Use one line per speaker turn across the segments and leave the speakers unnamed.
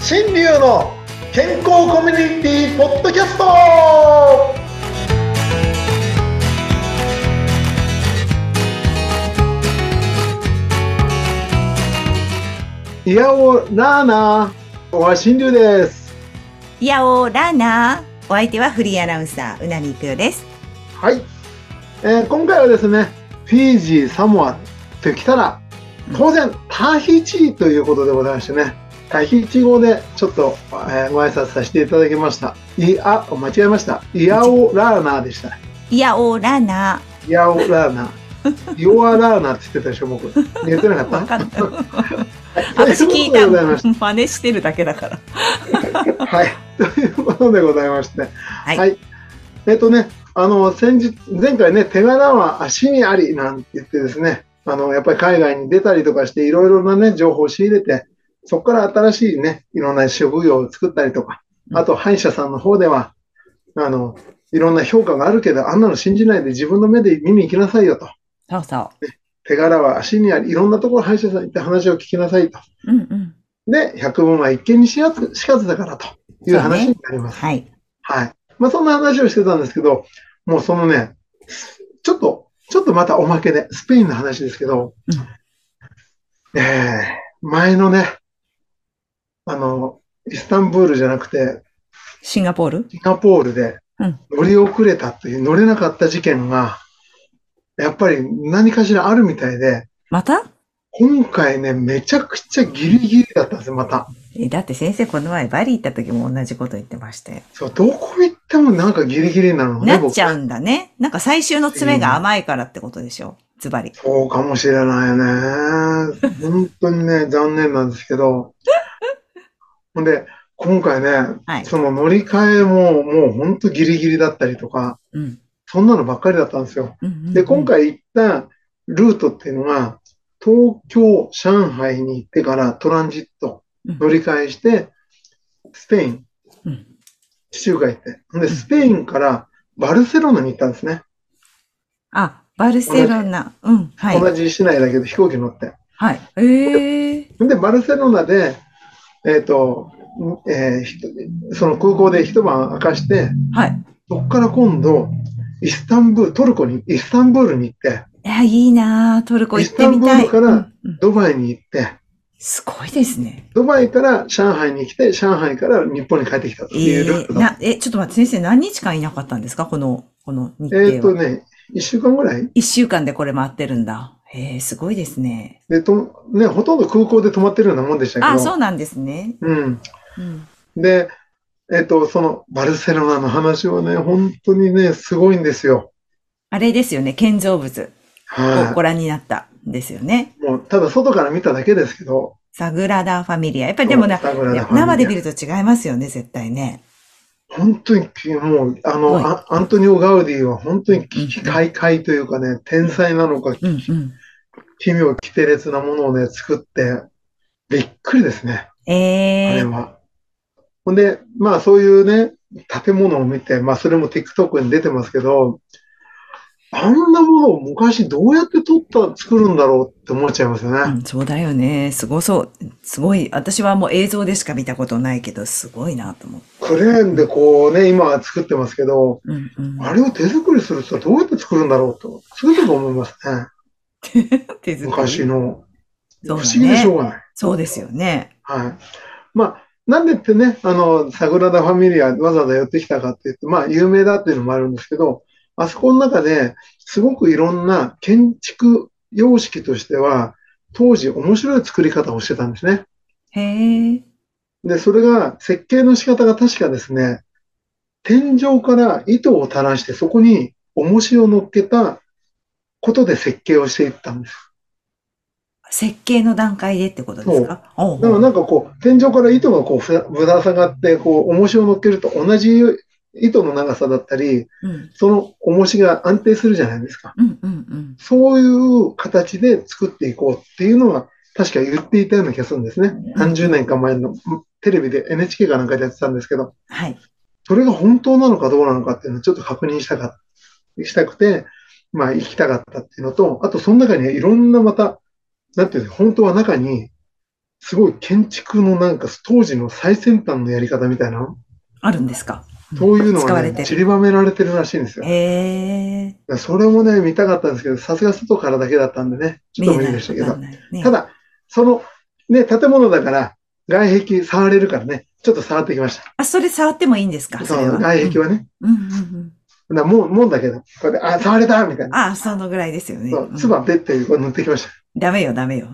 新流の健康コミュニティポッドキャストは
いやおなあなあ、おは新流です。
やおらなお相手はフリーアナウンサーうなみいくよです
はい、えー今回はですね、フィージー、サモアってきたら、当然、タヒチということでございましてね、タヒチ語でちょっと、えーご挨拶させていただきました。いあ、間違えました。イヤオラーナーでした。
やおらな
イヤオラーナー。 イオアラーナーって言ってたでしょ、僕。言ってなか
わ
った
かんない
はい
私
と
聞
いう
い
ことで
た
ございまし
真似してるだけだから
た。 はい、ということでございまして。
は
はいえっとね、あの先日前回ね、手柄は足にありなんて言ってですね、あのやっぱり海外に出たりとかして、いろいろな、ね、情報を仕入れて、そこから新しいね、いろんな職業を作ったりとか、あと歯医者さんの方では、あのいろんな評価があるけど、あんなの信じないで自分の目で見に行きなさいよと、
そうそ
手柄は足にあり、いろんなところ歯医者さん行って話を聞きなさいと。
ううんうん
で、百聞は一見にしやつしかずだからという話になります。
はい
はい。まあ、そんな話をしてたんですけど、もうそのね、ちょっと、ちょっとまたおまけで、スペインの話ですけど、えー前のね、あの、イスタンブールじゃなくて、
シンガポール
シンガポールで
うん
乗り遅れたという、乗れなかった事件が、やっぱり何かしらあるみたいで、
また
今回ね、めちゃくちゃギリギリだったんですよ、また。
えだって先生この前バリ行った時も同じこと言ってましたよ
そう、どこ行ってもなんかギリギリになるのね、
なっちゃうんだねなんか最終の爪が甘いからってことでしょズバリ
そうかもしれないね。本当にね、残念なんですけど。ほんで、今回ね、
はい
その乗り換えも、もう本当ギリギリだったりとか、
うん
そんなのばっかりだったんですよ。
うんうんうん
で、今回行ったルートっていうのが、東京、上海に行ってからトランジット
うん
乗り換えして、スペイン
うん、
地中海行って。ほんで、スペインからバルセロナに行ったんですね。
あバルセロナうんはい
同じ市内だけど飛行機乗って。
はいええ
で、バルセロナで、えっ、と、えーひとその空港で一晩明かして、
はい
そこから今度、イスタンブール、トルコに、イスタンブールに行って、
いやいいなあトルコ行ってみたい
イスタンブールから
うんうん
ドバイに行って、
すごいですね。
ドバイから上海に来て、上海から日本に帰ってきたとい
え
うルート
ー、
だ。
なえ、ちょっと待って、先生何日間いなかったんですかこの、この日
えっ、
程
と
は。
ね、一週間ぐらい
一、週間でこれ回ってるんだ。えー、すごいですね。
でと、ね、ほとんど空港で泊まってるようなもんでしたけど、
あ、そうなんですね。
うん。
うん。
で、えっ、と、そのバルセロナの話はね、本当にね、すごいんですよ。
あれですよね、建造物を
は
ご覧になったんですよね。
い。もう、ただ外から見ただけですけど、
サグラダ・ファミリア。やっぱりでもな、
そうサグラダファミリア
生で見ると違いますよね、絶対ね。
本当にき、もう、あの、
はい
あアントニオ・ガウディは本当に
うんう
き
ん
き怪怪というかね、天才なのか、
うんうん。
奇妙奇天烈なものをね、作って、びっくりですね、あ
え
れ
ー、
は。ほんで、まあそういうね、建物を見て、まあそれも TikTok に出てますけど、あんなものを昔どうやって撮った、作るんだろうって思っちゃいますよ
う
ね。
ん、そうだよね。すごそう。すごい。私はもう映像でしか見たことないけど、すごいなと思って。
クレーンでこうね、今は作ってますけど、
うんうん。
あれを手作りする人はどうやって作るんだろうと、つくづく思いますね。
手作り
昔の。不
そう
思
だ
議でしょう
ね。
がない。
そうですよね。
はい。まあ、なんでってね、あの、サグラダ・ファミリアわざわざ寄ってきたかっていうと、まあ、有名だっていうのもあるんですけど、あそこの中ですごくいろんな建築様式としては、当時面白い作り方をしてたんですね。
へえ。
で、それが設計の仕方が確かですね、天井から糸を垂らしてそこに重しを乗っけたことで設計をしていったんです。
設計の段階でってことですかおう
だからなんかこう、天井から糸がこうふら、ぶら下がって、こう、重しを乗っけると同じ糸の長さだったり、
うん
その重しが安定するじゃないですか。
うんうんうん。
そういう形で作っていこうっていうのは、確か言っていたような気がするんですね。何十年か前のテレビで NHK かなんかでやってたんですけど、
はい。
それが本当なのかどうなのかっていうのをちょっと確認したかっしたくて、まあ行きたかったっていうのと、あとその中にいろんなまた、なんていうの、本当は中にすごい建築のなんか当時の最先端のやり方みたいな、
あるんですか
そういうの
使わ
が、
れ
ね
て、る
散りばめられてるらしいんですよ。
へえ。
それもね、見たかったんですけど、さすが外からだけだったんでね、ちょっと無理でしたけど。
見えない
た、だ、その、ね、建物だから、外壁触れるからね、ちょっと触ってきまし
あ、それ触ってもいいんですか
た。
それは。
そう外壁
は。
はね。
うんうんうん。
なもう、もんだけど、こうやって、あ、触れたみたいな。
ああ、そのぐらいですよね。
そう、
うん
唾べってこう塗ってきました。
ダメよ、ダ メよ。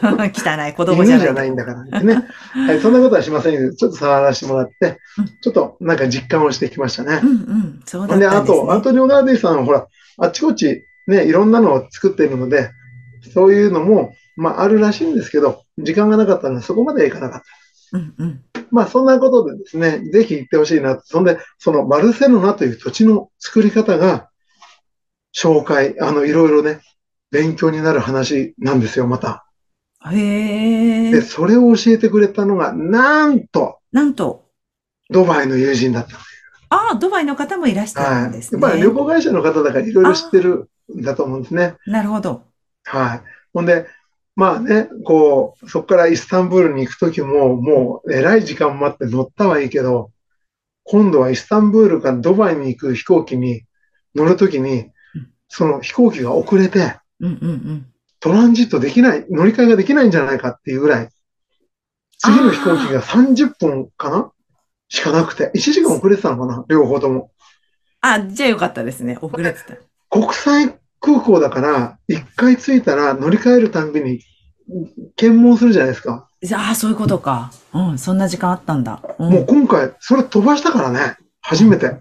汚い、子供
犬
じ
じ
ゃ
ゃ
な
な
い。
いんだからですね。はい、そんなことはしませんけど、ちょっと触らせてもらって
うん、
ちょっとなんか実感をしてきましたね
う。んうん、そうだ
で
ったんです、ね。
あと、アントニオ・ガーディさんはほら、あちこちね、いろんなのを作っているので、そういうのも、まあ、あるらしいんですけど、時間がなかったので、そこまではいかなかった。
うんうん。
まあ、そんなことでですね、ぜひ行ってほしいなと。そんで、そのバルセロナという土地の作り方が、紹介、あの、いろいろね、勉強になる話なんですよ、また。
へ
で、
え。
それを教えてくれたのが、なんと、
なんと、
ドバイの友人だった。
ああ、ドバイの方もいらして
は
たん
い。や
で
っ
すね。
ぱり旅行会社の方だからいろいろ知ってるんだと思うんですね。
なるほど。
はい。ほんで、まあね、こう、そこからイスタンブールに行くときも、もう、えらい時間待って乗ったはいいけど、今度はイスタンブールからドバイに行く飛行機に乗るときに、その飛行機が遅れて、
うんうんうん。
トランジットできない、乗り換えができないんじゃないかっていうぐらい、次の飛行機が30分かなしかなくて、1時間遅れてたのかな両方とも。
あ、じゃあよかったですね。遅れてた。
国際空港だから、1回着いたら乗り換えるたんびに、検問するじゃないですか。
じゃああ、そういうことか。うん、そんな時間あったんだ。うん、
もう今回、それ飛ばしたからね、初めて。っ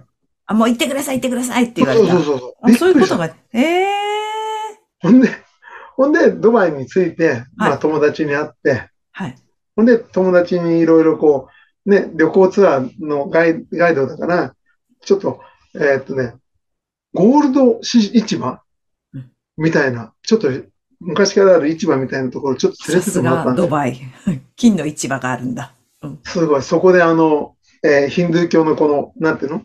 あ、もう行ってください、行ってくださいって言われた。
そうそうそうそう。
あそういう
び
こ
っくりし
と
た
が、ええ
ほんで、ほんで、ドバイに着いて、ま
は
あ友達に会って、
はい。
ほんで、友達にいろいろこう、ね、旅行ツアーのガイガイドだから、ちょっと、えーっとね、ゴールド市市場
うん
みたいな、ちょっと昔からある市場みたいなところちょっと連れ
さ
てっ
す
てもらった
が
んです
ド
よ。
バイ。 金の市場があるんだ。
すごい、そこであの、えーヒンドゥー教のこの、なんていうの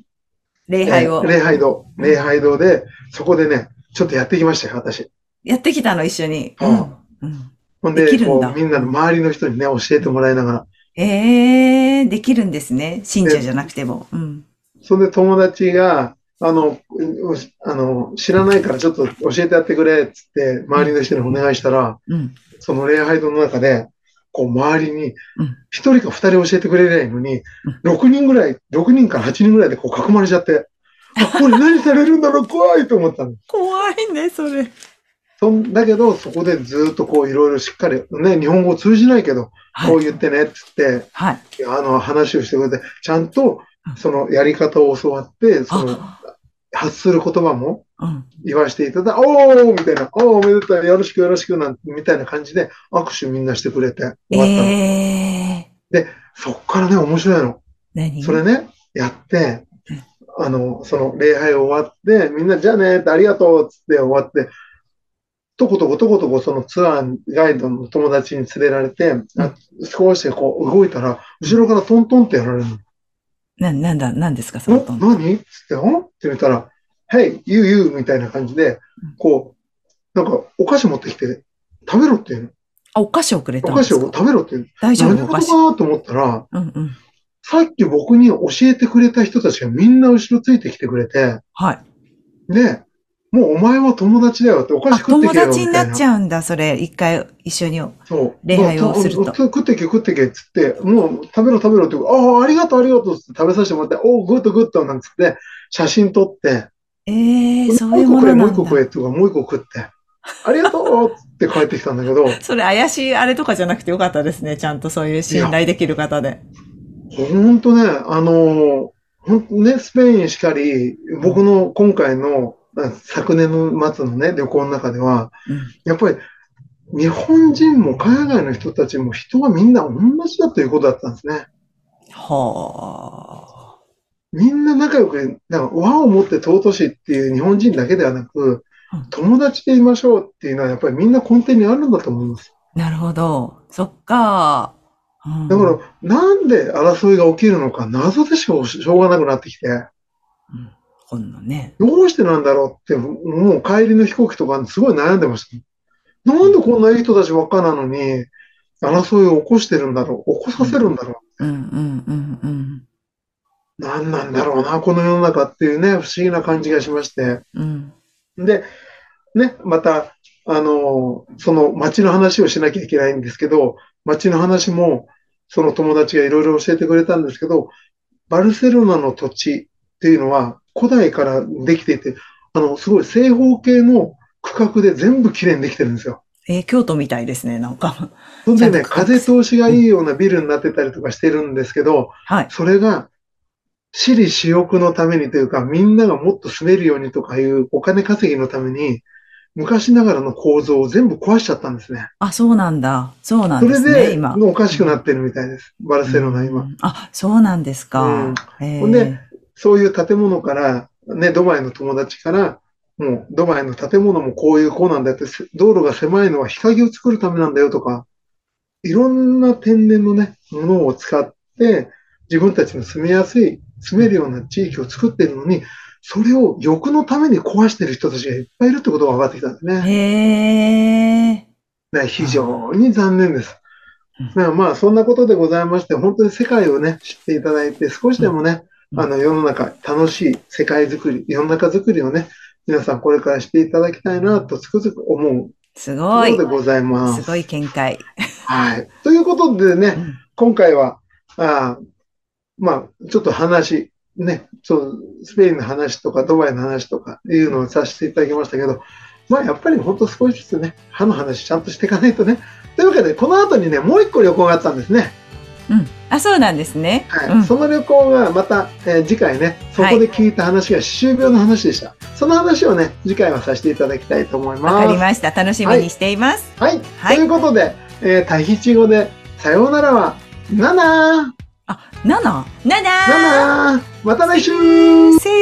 礼拝を
えー。礼拝堂。礼拝堂で、そこでね、ちょっとやってきましたよ、私。
やってきたの、一緒に。
うん
うん
ほん
でき
で、
るん
こ
だ
う、みんなの周りの人にね、教えてもらいながら。
ええできるんですね。信者じゃなくても。うん。
それで友達が、あの、うあの、知らないからちょっと教えてやってくれ、つって、周りの人にお願いしたら、
うん。
その礼拝堂の中で、こう、周りに
うん、
一人か二人教えてくれりゃいいのに、6人ぐらい、6人から8人ぐらいでこう囲まれちゃって、あ、これ何されるんだろう、怖いと思ったの。
怖いね、それ。
そんだけど、そこでずっとこういろいろしっかり、ね、日本語通じないけど、
はい
こう言ってねってって、
はい。
あの、話をしてくれて、ちゃんと
うん、
そのやり方を教わって、その、
あ、
発する言葉も
うん。
言わせていただ、おーみたいな、おーおめでとう、よろしくよろしくなんて、みたいな感じで握手みんなしてくれて終わった
え
の。
え
そっからね、面白いの。
何
それね、やって、あの、その礼拝終わって、みんなじゃあねってありがとうっつって終わって、とことことことこそのツアーガイドの友達に連れられて、あ少しこう動いたら、後ろからトントンってやられるの。
な、なんだ、なんですか、そのト
お
ントン。
何っつって、おって見たら、Hey, you, you みたいな感じで
うん、
こう、なんかお菓子持ってきて、食べろっていう
あ、お菓子をくれ
の。
た
お
んで
菓子
す
を
か
食べろっていう
大丈
の。
夫、
何
お菓
事
子。
かなと思ったら、
うんうん。
さっき僕に教えてくれた人たちがみんな後ろついてきてくれて、
はい。
ね、もうお前は友達だよってお菓子
あ、
食って
友
けよみ
達に
た
ないっ
な。
ちゃうんだ、それ。一回一緒に。
そう。
恋愛をすると
まあ食ってけ食ってけっつって、もう食べろ食べろって、ああ、ありがとうありがとうっつって食べさせてもらって、おお、グッドグッドなんつって、写真撮って、
ええそう
もう
い
一
う
個
も
くれ、
の
もう
な
一個
ん
食え
だ。
とか、もう一個食って、ありがとうって帰ってきたんだけど、
それ怪しいあれとかじゃなくてよかったですね。ちゃんとそういう信頼できる方で。
ほんとね、あのー、ほんとね、スペインしかり、僕の今回の、あ昨年の末のね、旅行の中では、
うん
やっぱり日本人も海外の人たちも人はみんな同じだということだったんですね。
はあ。
みんな仲良く、なんか和を持って尊しっていう日本人だけではなく
うん、
友達でいましょうっていうのはやっぱりみんな根底にあるんだと思います。
なるほど。そっか。うん
だから、なんで争いが起きるのか謎でしかしょうがなくなってきて、
ほんのね。
どうしてなんだろうって、もう帰りの飛行機とかすごい悩んでました。なんでこんないい人たちばっかなのに、争いを起こしてるんだろう、起こさせるんだろ
うんうんうんう
う、
ん。
何なんだろうな、この世の中っていうね、不思議な感じがしまして。
うん。
で、ね、また、あの、その街の話をしなきゃいけないんですけど、街の話も、その友達がいろいろ教えてくれたんですけど、バルセロナの土地っていうのは古代からできていて、あの、すごい正方形の区画で全部きれいにできてるんですよ。
えー京都みたいですね、なんか。
そんでね、
ちゃんと区
風
画
通しがいいようなビルになってたりとかしてるんですけど、
はい。
それが、私利私欲のためにというか、みんながもっと住めるようにとかいうお金稼ぎのために、昔ながらの構造を全部壊しちゃったんですね。
あ、そうなんだ。そうな
そ
んで
れ
すね、
で、
今。
おかしくなってるみたいです。バルセロナ
う
今。
んあ、そうなんです
う
か
ん。
えー
ほんでそういう建物から、ね、ドバイの友達から、もうドバイの建物もこういうこうなんだよって、せ道路が狭いのは日陰を作るためなんだよとか、いろんな天然のね、ものを使って、自分たちの住みやすい、住めるような地域を作っているのに、それを欲のために壊している人たちがいっぱいいるってことが分かってきたんですね。
へえ。
ね非常に残念です
うん。
まあまあ、そんなことでございまして、本当に世界をね、知っていただいて、少しでもね、
うん
あの、世の中、楽しい世界づくり、世の中づくりをね、皆さんこれからしていただきたいなとつくづく思う
す
とこ
ごい
ろで。ございますす。
ごい見解。
はい。ということでね、
うん
今回は、あーまあ、ちょっと話、ね、そう、スペインの話とか、ドバイの話とかいうのをさせていただきましたけど、まあ、やっぱり本当少しずつね、歯の話ちゃんとしていかないとね。というわけで、この後にね、もう一個旅行があったんですね。
うん。あ、そうなんですね。
はい。
うん
その旅行がまた、えー次回ね、そこで聞いた話が歯周病の話でした。その話をね、次回はさせていただきたいと思います。
わかりました。楽しみにしています。
はい。
はい
ということで、えータヒチ語で、さようならは、ナナー
あ、7?7!
ナナーまた来週
せ